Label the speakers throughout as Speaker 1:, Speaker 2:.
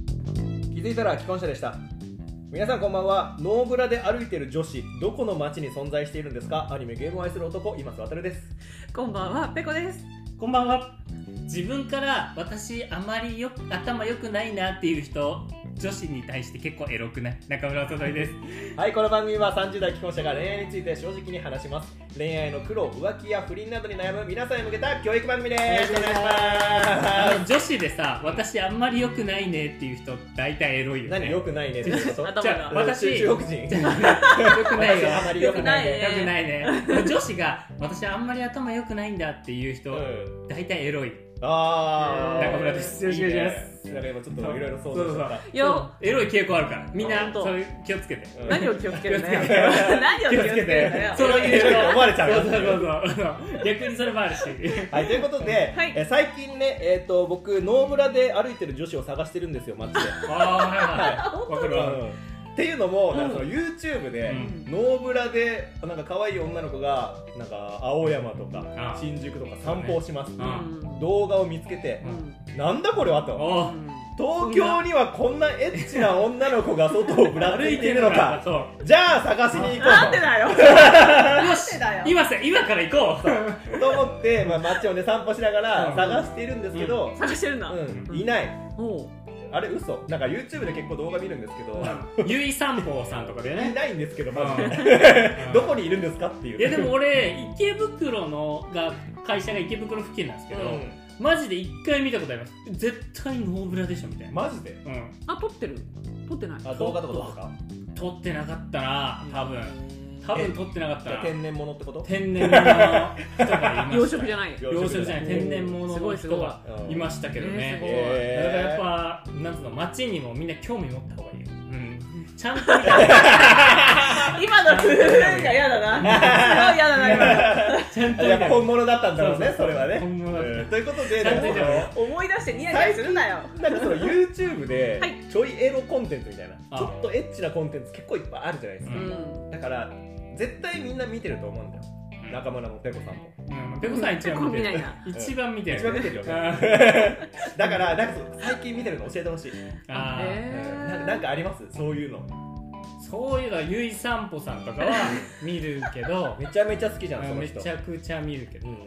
Speaker 1: づいたら既婚者でした皆さんこんばんはノーブラで歩いてる女子どこの街に存在しているんですかアニメゲームを愛する男今津渡です
Speaker 2: こんばんは、ペコです。
Speaker 3: こんばんは。自分から私あまりよ頭良くないなっていう人、女子に対して結構エロくない中村さとりです。
Speaker 1: はいこの番組は30代既婚者が恋愛について正直に話します恋愛の苦労浮気や不倫などに悩む皆さんに向けた教育番組ですお
Speaker 3: お
Speaker 1: 願
Speaker 3: 願
Speaker 1: い
Speaker 3: い
Speaker 1: し
Speaker 3: し
Speaker 1: ま
Speaker 3: あの女子でさ、私あんまり良くないねっていう人、大体エロい
Speaker 1: す
Speaker 3: よね。
Speaker 1: 何よくないねって こと
Speaker 2: 頭
Speaker 3: じゃあ私
Speaker 1: 中国 人
Speaker 3: 良くないよ
Speaker 1: 私あまり良くないね
Speaker 3: 良くないね。女子が私あんまり頭良くないんだっていう人、
Speaker 1: うん
Speaker 3: 大体エロい。
Speaker 1: ああ
Speaker 3: 中村ですよろしくお願いします
Speaker 1: なんか今ちょっといろいろ想像しちゃった
Speaker 2: いや、
Speaker 3: エロい傾向あるから。みん
Speaker 2: ほん
Speaker 3: な、
Speaker 2: と
Speaker 3: それ気をつけて。
Speaker 1: うん
Speaker 2: 何を気をつけるの よ
Speaker 3: 気をつけて。
Speaker 2: 何を気をつけるのよ。
Speaker 3: そういう人
Speaker 1: 思われちゃうよ
Speaker 3: そうそうそうそう。逆にそれも あるし。
Speaker 1: はい、ということで、
Speaker 2: はい
Speaker 1: えー最近ね、えー、と僕、ノーブラで歩いてる女子を探してるんですよ、 街で。
Speaker 3: ああ、はいはい。わか
Speaker 1: う
Speaker 3: るわかる。
Speaker 1: んっていうのも、なんかその YouTube で、
Speaker 3: うん
Speaker 1: ノーブラでなんか可愛い女の子がなんか青山とか
Speaker 3: あ
Speaker 1: 新宿とか散歩をします、
Speaker 3: う
Speaker 1: 動画を見つけて
Speaker 2: う、ん
Speaker 1: なんだこれはと、
Speaker 3: おー
Speaker 1: 東京にはこんなエッチな女の子が外をぶらついているのか、
Speaker 3: そう
Speaker 1: じゃあ探しに行こ
Speaker 2: なんで
Speaker 1: う
Speaker 2: だよ。なんでだよ。
Speaker 3: 今さ今から行こ
Speaker 1: と
Speaker 3: う
Speaker 1: と思って、まあ、街を、ね、散歩しながら
Speaker 3: うん
Speaker 1: 探しているんですけど、
Speaker 2: 探してるな。
Speaker 1: うん
Speaker 2: うん
Speaker 1: いない。
Speaker 2: おう
Speaker 1: あれ嘘なんか YouTube で結構動画見るんですけど、
Speaker 3: ゆい散歩さんとかで
Speaker 1: い
Speaker 3: ね
Speaker 1: ないんですけ どマジで、
Speaker 3: うん
Speaker 1: どこにいるんですかっていう
Speaker 3: いや でも俺池袋のが会社が池袋付近なんですけど、
Speaker 1: う
Speaker 3: マジで一回見たことあります絶対ノーブラでしょみたい
Speaker 1: ん
Speaker 3: な、
Speaker 1: マジで
Speaker 3: うん、
Speaker 2: あ、撮ってる。撮ってない。
Speaker 1: あ動画とかどうですか
Speaker 3: 撮ってなかったな多分多分撮ってなかったな
Speaker 1: 天然物ってこと
Speaker 3: 天然物の人がいました
Speaker 2: 養殖じゃない。
Speaker 1: 養
Speaker 3: 養殖じゃない
Speaker 2: おー
Speaker 3: 天然物の
Speaker 2: す
Speaker 3: 人
Speaker 2: ごい
Speaker 3: がいましたけどね、
Speaker 2: すごい
Speaker 3: だからやっ
Speaker 1: え
Speaker 3: ぱ、なんつうの、街にもみんな興味持った方がいいよ。うん。ちゃんと見た
Speaker 2: 今の風が嫌だ な。すごい嫌だな、今の。
Speaker 3: ちゃんと
Speaker 1: ーい
Speaker 3: 見
Speaker 1: や
Speaker 3: た。
Speaker 1: 本物だったんだろうねそれはね
Speaker 3: 本物だった
Speaker 1: うんということで
Speaker 3: ちゃんと見たよ
Speaker 1: なんか
Speaker 2: 思い出してニヤニヤするなよ。
Speaker 1: なんかその YouTube で
Speaker 2: はい
Speaker 1: ちょいエロコンテンツみたいな
Speaker 3: あ
Speaker 1: ちょっとエッチなコンテンツ結構いっぱいあるじゃないです
Speaker 2: う。
Speaker 1: か
Speaker 3: うん
Speaker 1: だから絶対みんな見てると思うんだよ
Speaker 3: うん
Speaker 1: 中村もペコさんも
Speaker 3: うん。ペコさん一番見て
Speaker 2: ペコ見ない
Speaker 3: る
Speaker 2: な。
Speaker 3: 一番見てる。
Speaker 1: 一番見てるよ
Speaker 3: うん
Speaker 1: ね だからなんかそう最近見てるの教えてほしい
Speaker 3: あー
Speaker 2: えー
Speaker 1: なんかなんかありますそういうの
Speaker 3: そういうのは、ゆいさんぽさんとかは見る けど、
Speaker 1: めちゃめちゃ好きじゃんその
Speaker 3: め
Speaker 1: 人
Speaker 3: ちゃくちゃ見るけ
Speaker 1: う
Speaker 3: ど。
Speaker 1: ん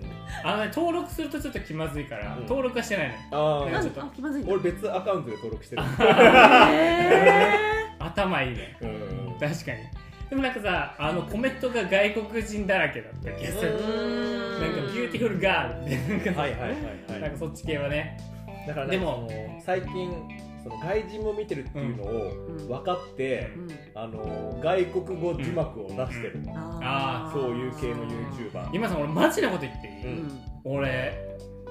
Speaker 3: あのね、登録するとちょっと気まずいから、
Speaker 1: うん
Speaker 3: 登録はしてないのよ。
Speaker 1: あ
Speaker 2: な
Speaker 1: あ
Speaker 3: ちょ
Speaker 2: ん
Speaker 3: っと
Speaker 2: あ、気まずいな。
Speaker 1: 俺別アカウントで登録して る
Speaker 2: え
Speaker 3: 頭いいね。
Speaker 1: うん
Speaker 3: 確かに。でもなんかさ、あのコメントが外国人だらけだった気がする。
Speaker 2: ー
Speaker 3: なんかビューティフルガールみたいななんかさ
Speaker 1: はいはいはいは
Speaker 3: なん
Speaker 1: い
Speaker 3: かそっち系はね、
Speaker 1: だから
Speaker 3: で
Speaker 1: で
Speaker 3: も
Speaker 1: も最近その外人も見てるっていうのを
Speaker 2: うん
Speaker 1: 分かって、
Speaker 2: うん
Speaker 1: あの外国語字幕を出してる、
Speaker 2: あー
Speaker 1: そういう系の YouTuber
Speaker 3: 今さん、俺、マジなこと言っていい、
Speaker 2: うん
Speaker 3: 俺、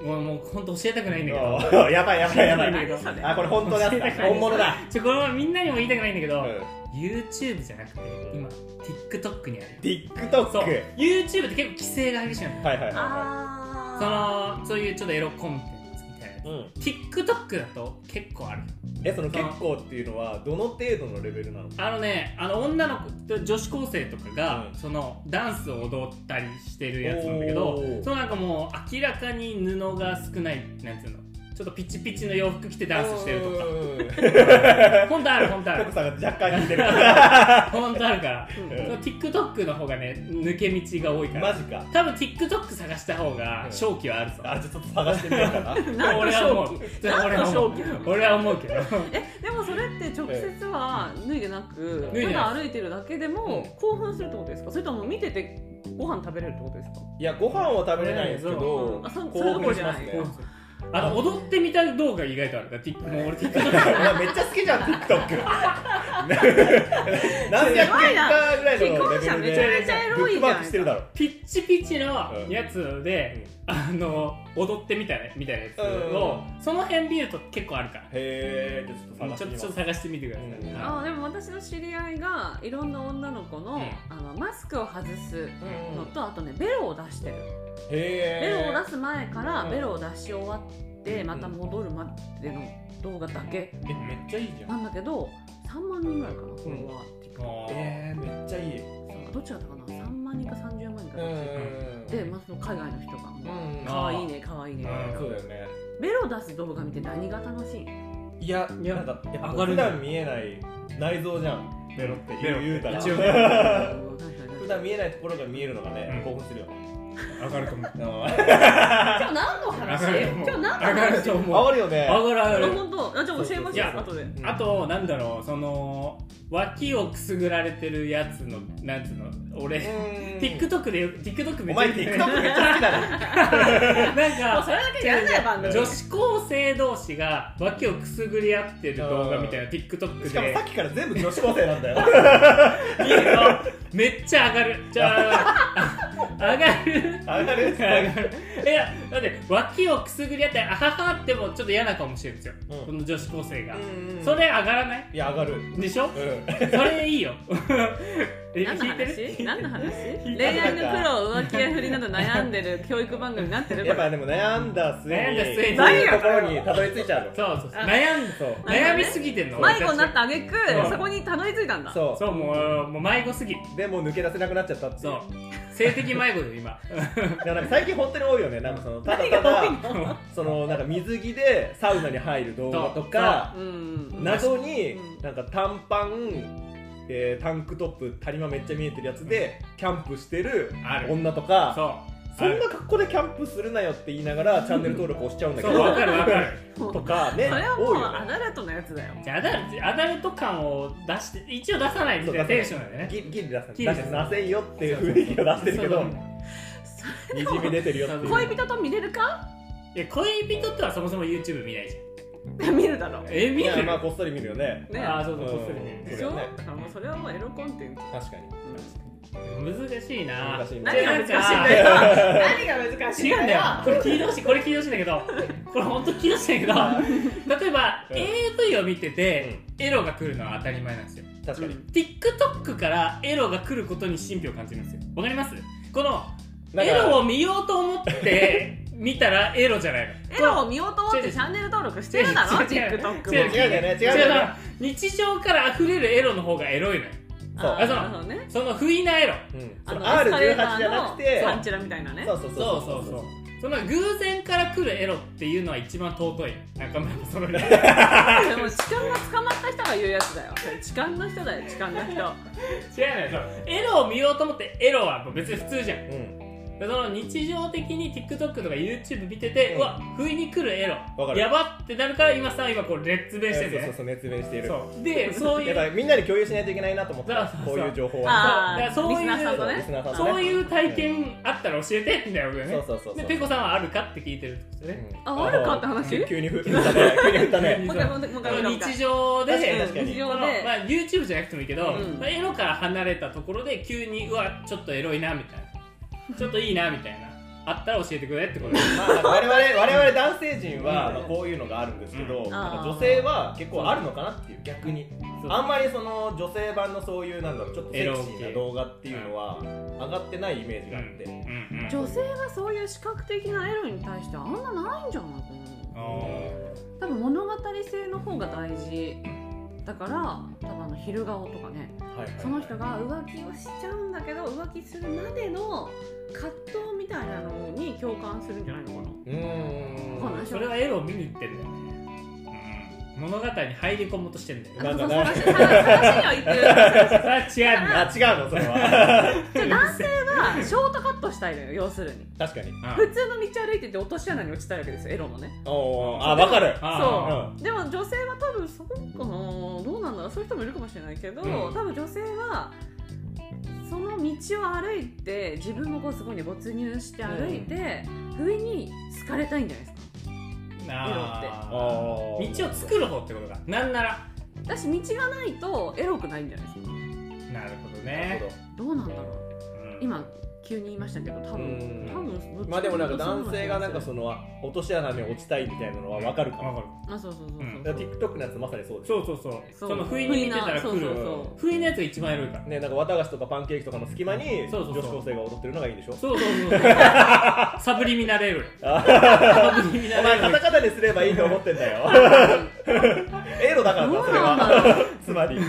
Speaker 3: もう、もう本当教えたくないんだけど、
Speaker 1: あーやばいやばいやばい
Speaker 2: 何それ
Speaker 1: あこれ本当だ
Speaker 3: 教えてくれ
Speaker 1: 本物だ、
Speaker 3: ちょこれはみんなにも言いたくないんだけ
Speaker 1: う
Speaker 3: ど、
Speaker 1: ん、
Speaker 3: YouTube じゃなくて、今、TikTok にある。
Speaker 1: TikTok
Speaker 3: そう
Speaker 1: はい、
Speaker 3: YouTube って結構規制が激しいのよ。
Speaker 1: はいはいは
Speaker 3: そ
Speaker 2: あ
Speaker 3: の、そういうちょっとエロコンテンツみたい
Speaker 1: い、うん、
Speaker 3: な。TikTok だと結構ある。
Speaker 1: えその結構っていうのはどの程度のレベルなの
Speaker 3: あのね、あの女の子、女子高生とかが、
Speaker 1: うん
Speaker 3: そのダンスを踊ったりしてるやつなんだけ
Speaker 1: お
Speaker 3: ど
Speaker 1: ー、
Speaker 3: そのなんかもう明らかに布が少ない、なんつうの、ちょっとピチピチの洋服着てダンスしてるとか、
Speaker 1: と
Speaker 3: 本当ある、本当あ
Speaker 1: ペ
Speaker 3: る
Speaker 1: コ、さんが若干似てる
Speaker 3: 本当あるから、
Speaker 2: ーうん
Speaker 3: その TikTok の方がね、抜け道が多いか
Speaker 1: マ
Speaker 3: ら、
Speaker 1: ジか
Speaker 3: 多分 TikTok 探した方が
Speaker 1: うん
Speaker 3: 勝機はあるぞ。
Speaker 1: あじゃあちょっと探してみようか な
Speaker 2: なん
Speaker 3: 俺
Speaker 2: と
Speaker 3: は
Speaker 2: 正
Speaker 3: 思う
Speaker 2: 気。
Speaker 3: 俺
Speaker 2: なん
Speaker 3: は
Speaker 2: と
Speaker 3: 思う
Speaker 2: 正気なの。
Speaker 3: 俺は思うけど。
Speaker 2: えでもそれって直接は脱いでなく
Speaker 3: 脱いでない
Speaker 2: ただ歩いてるだけでも
Speaker 1: うん
Speaker 2: 興奮するってことですかそれとも見ててご飯食べれるってことですか
Speaker 1: いやご飯は食べれないんですけど
Speaker 2: うんあそそれ
Speaker 1: 興
Speaker 2: どころ
Speaker 1: 奮
Speaker 2: じ
Speaker 1: し
Speaker 2: ゃ
Speaker 1: ま
Speaker 2: な
Speaker 1: す
Speaker 2: い
Speaker 1: ね
Speaker 3: あの、踊ってみた動画意外とある。だからもう俺 TikTok
Speaker 1: お前めっちゃ好きじゃん TikTok 何百件かぐらいのレベルで
Speaker 2: 既婚者めちゃめちゃエロい
Speaker 1: ブック
Speaker 2: じゃん
Speaker 1: マークしてるだろ
Speaker 3: ピッチピチのやつで、あの踊ってみたねみたいなやつを、その辺見ると結構あるから、
Speaker 1: へえちょっと探
Speaker 3: ちょっと
Speaker 1: して
Speaker 3: ちょっ
Speaker 1: み
Speaker 3: と探してみてください、
Speaker 1: うん
Speaker 2: あーでも私の知り合いがいろんな女の子の,、
Speaker 3: うん
Speaker 2: あのマスクを外す
Speaker 1: ま
Speaker 2: の
Speaker 1: す
Speaker 2: とあとねベロを出してる
Speaker 1: へ
Speaker 2: ベ
Speaker 1: え
Speaker 2: ロを出す前から
Speaker 1: うん
Speaker 2: ベロを出し終わってまた戻るまでの動画だけ
Speaker 1: えめっちゃいいじゃ
Speaker 2: なんんだけど3万人ぐらいかなそれは、
Speaker 1: えーめっちゃいい
Speaker 2: そうどっちだったかな3万人か30万人かどっち
Speaker 1: うん
Speaker 2: で、まあ、その海外の人がもう
Speaker 1: うん
Speaker 2: 可愛いね可愛いね
Speaker 3: あー
Speaker 1: そうだよね
Speaker 2: ベロ出す動画見て何が楽しい
Speaker 4: いや
Speaker 3: いや
Speaker 4: なんかやっぱ
Speaker 3: 上がる
Speaker 1: 普段見えない内臓じゃんベロって言う言うたら
Speaker 3: 一応
Speaker 1: 普段見えないところが見えるのがね、
Speaker 3: うん
Speaker 1: 興奮するよ
Speaker 3: 上がると思う
Speaker 2: 今日何の話
Speaker 3: 上がる
Speaker 2: 今日何
Speaker 3: 上
Speaker 2: の
Speaker 3: がる
Speaker 2: 話
Speaker 3: と
Speaker 1: 上
Speaker 3: 思
Speaker 1: が
Speaker 3: う
Speaker 1: るよね
Speaker 3: 上がる上が
Speaker 2: あ
Speaker 3: る
Speaker 2: 本当あじゃあ教えますよ
Speaker 3: そうそう
Speaker 2: 後で
Speaker 1: うん
Speaker 3: あとなんだろうその脇をくすぐられてるやつのなんつうの俺 TikTok でよ TikTok め
Speaker 1: お
Speaker 3: っち
Speaker 1: 前
Speaker 3: ゃ見てる
Speaker 1: TikTok めっちゃ好きだね
Speaker 3: な
Speaker 2: も
Speaker 3: ん
Speaker 2: うそ
Speaker 3: か
Speaker 2: れだけでやんない番組
Speaker 3: 女子高生同士が脇をくすぐり合ってる動画みたいな TikTok
Speaker 1: しかも
Speaker 3: で
Speaker 1: さっきから全部女子高生なんだよ
Speaker 3: 見るとめっちゃ上がるじゃあ 上がる
Speaker 1: 上がる
Speaker 3: 上がるいやだって脇をくすぐり合ってあははってもちょっと嫌な顔もしてるんですよ、
Speaker 1: うん
Speaker 3: この女子高生が、
Speaker 1: うん
Speaker 3: それ上がらない
Speaker 1: いや上がる
Speaker 3: でしょ
Speaker 1: うん
Speaker 3: それいいよ え
Speaker 2: 何の
Speaker 3: 聞いてる
Speaker 2: 話何の話恋愛の苦労浮気や不倫など悩んでる教育番組になってる
Speaker 1: やっぱでも悩んだ末に
Speaker 3: 悩んだ末に
Speaker 1: そういうところにたどり着いちゃうの
Speaker 3: そうそうそう
Speaker 2: あ
Speaker 3: 悩ん
Speaker 1: そう
Speaker 3: 悩みすぎてんの
Speaker 2: 迷子になった挙句
Speaker 3: うん
Speaker 2: そこにたどり着いたんだ
Speaker 1: そ
Speaker 3: そうもうもう迷子すぎ
Speaker 1: うでもう抜け出せなくなっちゃったってい
Speaker 3: そうう性的迷子で今
Speaker 1: いやなんか最近本当に多いよねなんかそのただただそのなんか水着でサウナに入る動画とか
Speaker 2: うんうん
Speaker 1: 謎に
Speaker 2: うん
Speaker 1: なんか短パン、えータンクトップ谷間めっちゃ見えてるやつでキャンプしてる
Speaker 3: ある
Speaker 1: 女とか
Speaker 3: そう
Speaker 1: そんな格好でキャンプするなよって言いながらチャンネル登録押しちゃうんだけ
Speaker 3: そうわかるわかる
Speaker 1: どとかね
Speaker 2: それはも
Speaker 1: 多
Speaker 2: う
Speaker 1: いよ
Speaker 2: ア
Speaker 1: ね
Speaker 2: ダルトのやつだよ
Speaker 3: じゃあアダルトアダルト感を出して一応出さないみたいなテンションだよね
Speaker 1: ギリギリ出せ
Speaker 3: ギ
Speaker 1: 出
Speaker 3: リ
Speaker 1: せませんよっていう雰囲気を出してるけどにじみ出てるよっていう
Speaker 2: 恋人と見れるか
Speaker 3: いや恋人とはそもそも YouTube 見ないじ
Speaker 2: 見るだろ
Speaker 3: ゃ
Speaker 2: うん
Speaker 3: え見
Speaker 1: い
Speaker 3: る
Speaker 1: やまあこっそり見るよね
Speaker 2: ね
Speaker 3: あーそうそう
Speaker 1: うん
Speaker 3: こっそりね
Speaker 2: で
Speaker 1: そ
Speaker 2: し
Speaker 1: う
Speaker 2: ょ
Speaker 1: だよね
Speaker 2: あもうそれはもうエロコンテンツ
Speaker 1: 確かに
Speaker 3: 難しいな
Speaker 1: 難しいな
Speaker 2: 何が難しいん
Speaker 3: じ
Speaker 2: だ
Speaker 3: ゃ
Speaker 2: よ
Speaker 3: あ
Speaker 2: 何が難しい
Speaker 3: 違うんだよこれ聞いてほしいこれ聞いてほしいんだけどこれ本当聞いてほしいんだけど例えば
Speaker 1: うん
Speaker 3: AV を見ててエロが来るのは当たり前なんですよ
Speaker 1: 確かに
Speaker 3: TikTok からエロが来ることに神秘を感じるんですよわかりますこの
Speaker 1: なん
Speaker 3: エ
Speaker 1: か
Speaker 3: ロを見ようと 思って見たらエロじゃないの
Speaker 2: エロを見ようと思ってチャンネル登録してるだろ
Speaker 3: 違う違う違う
Speaker 2: TikTok も
Speaker 1: 違うんだよね違
Speaker 3: 違
Speaker 1: うんだ
Speaker 3: う
Speaker 1: よね
Speaker 3: な日常から溢れるエロの方がエロいのよ
Speaker 1: そう
Speaker 2: あ
Speaker 3: あそう
Speaker 2: なるほどね
Speaker 3: その不意なエロ
Speaker 1: うん
Speaker 2: あ
Speaker 1: そ
Speaker 2: の
Speaker 1: の
Speaker 2: エスカレータ
Speaker 1: R18 じゃなく
Speaker 2: ー
Speaker 1: て
Speaker 2: のパンチラみたいなね
Speaker 1: そうそう
Speaker 3: そう
Speaker 1: そ
Speaker 3: そうう
Speaker 1: そ
Speaker 3: そううその偶然から来るエロっていうのは一番尊い中村その理論
Speaker 2: でも痴漢が捕まった人が言うやつだよ痴漢の人だよ痴漢の人
Speaker 3: 違うのよそうエロを見ようと思ってエロはもう別に普通じゃん
Speaker 1: うん
Speaker 3: でその日常的に TikTok とか YouTube 見てて、
Speaker 1: う
Speaker 3: うんわ不意に来るエ
Speaker 1: わか
Speaker 3: ロ
Speaker 1: る
Speaker 3: やばってなるから今さ今こうレッツベンしてるんだ
Speaker 1: そう
Speaker 3: よね
Speaker 1: そう熱弁している
Speaker 3: そ うでそうい
Speaker 1: や
Speaker 3: う
Speaker 1: っぱみんなで共有しないといけないなと思った
Speaker 3: そ
Speaker 1: こ
Speaker 3: うそうそう
Speaker 1: ういう情報は
Speaker 2: ああ
Speaker 3: だからそういう
Speaker 2: リスナーさんとね
Speaker 1: リスナーさんとね
Speaker 3: そういう体験あったら教えてみたいなことだよね
Speaker 1: そうそうそうそう
Speaker 3: でペコさんはあるかって聞いてるんですよね、
Speaker 1: うん
Speaker 2: ああるかって話
Speaker 1: 急に振った ね急に振ったね
Speaker 2: もう一回もう一回もう一回もう一回
Speaker 3: 日常で
Speaker 1: 確かに確かに
Speaker 2: 日
Speaker 3: そ
Speaker 2: 常
Speaker 3: のま
Speaker 2: で
Speaker 3: あ、YouTube じゃなくてもいいけど、
Speaker 2: うん
Speaker 3: まあ、エロから離れたところで急にうわちょっとエロいなみたい なちょっといいなみたいなあったら教えてくれってことです
Speaker 1: まあなんか我々我々男性陣は
Speaker 3: うん
Speaker 1: まあこういうのがあるんですけど
Speaker 3: うん
Speaker 1: なんか女性は結構あるのかなっていう逆に
Speaker 3: そう
Speaker 1: あんまりその女性版のそういうなんだろうちょっとセクシー
Speaker 3: エロ系
Speaker 1: な動画っていうのは上がってないイメージがあって
Speaker 3: うんうんうん
Speaker 2: 女性がそういう視覚的なエロに対してあんまないんじゃないかな
Speaker 3: あー
Speaker 2: 多分物語性の方が大事だから多分あの昼顔とかね
Speaker 1: はいはい
Speaker 2: その人が浮気をしちゃうんだけど浮気するまでの葛藤みたいなのに共感するんじゃないのかな
Speaker 1: うーん
Speaker 2: わかんない
Speaker 3: それはエロを見に行ってんだよね、うん、物語に入り込もうとしてんだよ
Speaker 1: なんか
Speaker 2: そう
Speaker 1: な
Speaker 2: 探し探しには行く
Speaker 3: それは違うんだ
Speaker 1: あ違うのそれは
Speaker 2: じゃあ男性はショートカットしたいのよ要するに
Speaker 1: 確かに
Speaker 3: うん
Speaker 2: 普通の道歩いてて落とし穴に落ちたいわけですよエロのね
Speaker 1: おーあ分かる
Speaker 3: あー
Speaker 2: でも女性は多分そこかなどうなんだろうそういう人もいるかもしれないけど、
Speaker 1: うん
Speaker 2: 多分女性はその道を歩いて自分もこうすごいね没入して歩いて、不意に好かれたいんじゃないですか
Speaker 3: あー
Speaker 1: 道
Speaker 3: 道を作る方ってことかなんなら
Speaker 2: 私道がないとエロくないんじゃないですか
Speaker 3: なるほ
Speaker 1: な
Speaker 3: ど
Speaker 1: る
Speaker 3: ね
Speaker 1: ほど
Speaker 2: どうなんだろう
Speaker 3: うん
Speaker 2: 今急に言いましたけど多
Speaker 1: うん
Speaker 2: 分多分
Speaker 1: まあでもなんか男性がなんか
Speaker 2: そ
Speaker 1: その落とし穴に落ちたいみたいなのは分かるか
Speaker 3: わ
Speaker 1: も
Speaker 3: かる
Speaker 2: あそうそうそうそう、
Speaker 3: うん
Speaker 1: だから TikTok のやつまさにそうです
Speaker 3: そうそうそう
Speaker 2: そ
Speaker 3: そうの不意に見てたら来
Speaker 2: 不意なそうそう
Speaker 3: る
Speaker 2: そ
Speaker 3: 不意のやつが一番エロいから
Speaker 1: ねなんか綿菓子とかパンケーキとかの隙間に
Speaker 3: そう
Speaker 1: 女子
Speaker 3: そうそう
Speaker 1: 高生が踊ってるのがいいんでしょ
Speaker 3: そうそうそうサブリミナルエロいサブリミナ
Speaker 1: お
Speaker 3: ルエ
Speaker 1: 前
Speaker 3: ロ
Speaker 1: カ
Speaker 3: い
Speaker 1: タカタにすればいいと思ってんだよエロだから
Speaker 2: ど
Speaker 1: な
Speaker 2: う
Speaker 1: それ
Speaker 2: なんだ
Speaker 1: は
Speaker 2: ろう
Speaker 1: つまり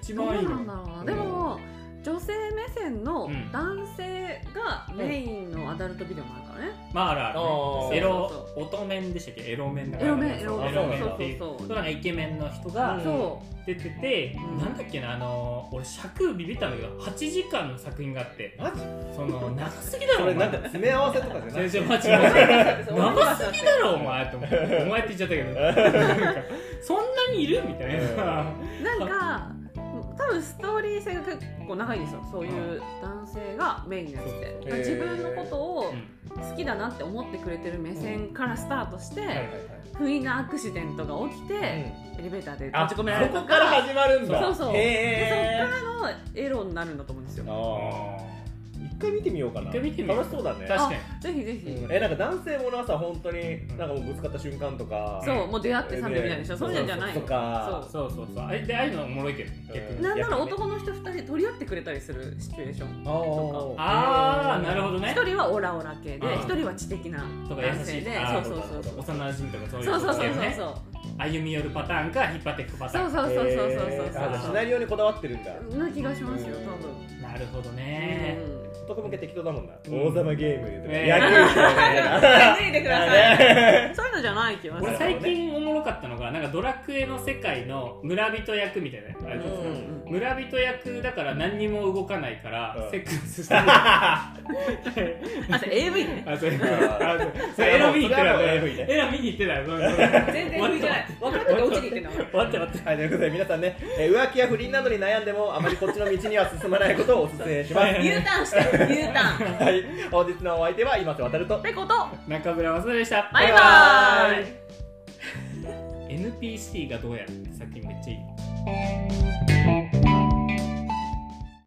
Speaker 3: 一
Speaker 2: どう
Speaker 3: 番
Speaker 2: ない
Speaker 3: いの
Speaker 2: んだろうなでも女性目線の
Speaker 3: うん
Speaker 2: 男性がメインのアダルトビデオもあるからね、
Speaker 3: まああるあるね
Speaker 1: おー
Speaker 3: エロ乙面でしたっけエロ面だか
Speaker 2: エ
Speaker 3: ら
Speaker 2: ロメンエロメン
Speaker 3: エロメン
Speaker 2: そう
Speaker 3: っていう
Speaker 2: そうそう
Speaker 3: そうなんかイケメンの人が
Speaker 1: うん
Speaker 2: そ
Speaker 3: 出てて、
Speaker 2: うん
Speaker 3: なんだっけなあのー俺尺ビビったんだけど8時間の作品があって
Speaker 1: マジ
Speaker 3: その長すぎだろ
Speaker 1: そ
Speaker 3: お
Speaker 1: れな
Speaker 3: 前
Speaker 1: んか詰め合わせとかじゃない
Speaker 3: 先生マジ長
Speaker 2: う
Speaker 3: すぎだろお前と思ってお前って言っちゃったけど なんかそんなにいるみたいな
Speaker 2: なんか多分ストーリー性が結構長いんですよそういう男性がメインのやつって、だから自分のことを
Speaker 3: うん
Speaker 2: 好きだなって思ってくれてる目線からスタートして、
Speaker 1: はいはい
Speaker 2: 不意なアクシデントが起きて、
Speaker 1: はい
Speaker 2: エレベーターで
Speaker 1: うんあ
Speaker 2: 閉じ
Speaker 1: そ
Speaker 2: 込められると
Speaker 1: こから始まるんだ
Speaker 2: そうそうで
Speaker 1: へ
Speaker 2: そこからのエロになるんだと思うんですよ
Speaker 1: ーあー一回見てみようかな
Speaker 3: 一回見てみよう
Speaker 1: 楽しそうだね
Speaker 3: 確かに
Speaker 2: ぜひぜひ、
Speaker 1: うんえなんか男性ものはさ本当になんかもうぶつかった瞬間とか
Speaker 2: そうもう出会って3秒以内でしょ
Speaker 1: ね
Speaker 2: そうじゃんじゃない
Speaker 1: とか
Speaker 3: そうそうそうあれでああいうのおもろいけど結
Speaker 1: う
Speaker 3: 局
Speaker 2: なんなら男の人2人取り合ってくれたりするシチュエーション
Speaker 1: あ
Speaker 3: ああなるほどね
Speaker 2: 1人はオラオラ系で
Speaker 3: うん
Speaker 2: 1人は知的な
Speaker 3: とか優
Speaker 2: 男
Speaker 3: し
Speaker 2: 性
Speaker 3: い
Speaker 2: で
Speaker 3: あー
Speaker 2: そうそうそうそう
Speaker 3: 幼馴染とかそういう
Speaker 2: そうそうそうそう
Speaker 3: ね歩み寄るパターンか引っ張っていくパタ
Speaker 2: そ
Speaker 3: ー
Speaker 2: う
Speaker 3: ン
Speaker 2: そうそうそうそうそう
Speaker 1: あじゃあシナリオにこだわってるんだ
Speaker 2: な気がしますよ多
Speaker 3: なるほど
Speaker 2: 分
Speaker 3: ね
Speaker 1: 男向け適当だもんな
Speaker 3: うん
Speaker 1: 王様ゲームでとか
Speaker 3: ね
Speaker 1: 野球とかね
Speaker 2: 脱いでくださ
Speaker 1: ね
Speaker 2: いそういうのじゃない気がす
Speaker 3: 俺
Speaker 2: る
Speaker 3: 最近おもろかったのがなんかドラクエの世界の村人役みたいなのあれですか
Speaker 1: うん
Speaker 3: 村人役だから何にも動かないから、
Speaker 1: うん
Speaker 3: セックスしてるあ
Speaker 2: あそれ AV ね
Speaker 3: そういう
Speaker 1: あ
Speaker 3: あそうそうエロ見に行ってた
Speaker 1: それはもう
Speaker 3: エ
Speaker 1: AV ね
Speaker 3: ロ見に行ってたよそうそう
Speaker 2: 全然不意じゃない分かってて落ちにいってんの
Speaker 3: 待って待って
Speaker 1: はい、ということで皆さんね、えー浮気や不倫などに悩んでもあまりこっちの道には進まないことをお勧めします。
Speaker 2: U ターンして U ターン
Speaker 1: はい、本日のお相手は今瀬渡ると
Speaker 2: っ。てこと
Speaker 3: 中村正でした
Speaker 2: バイバーイ
Speaker 3: NPC がどうやらってさっきめっちゃいい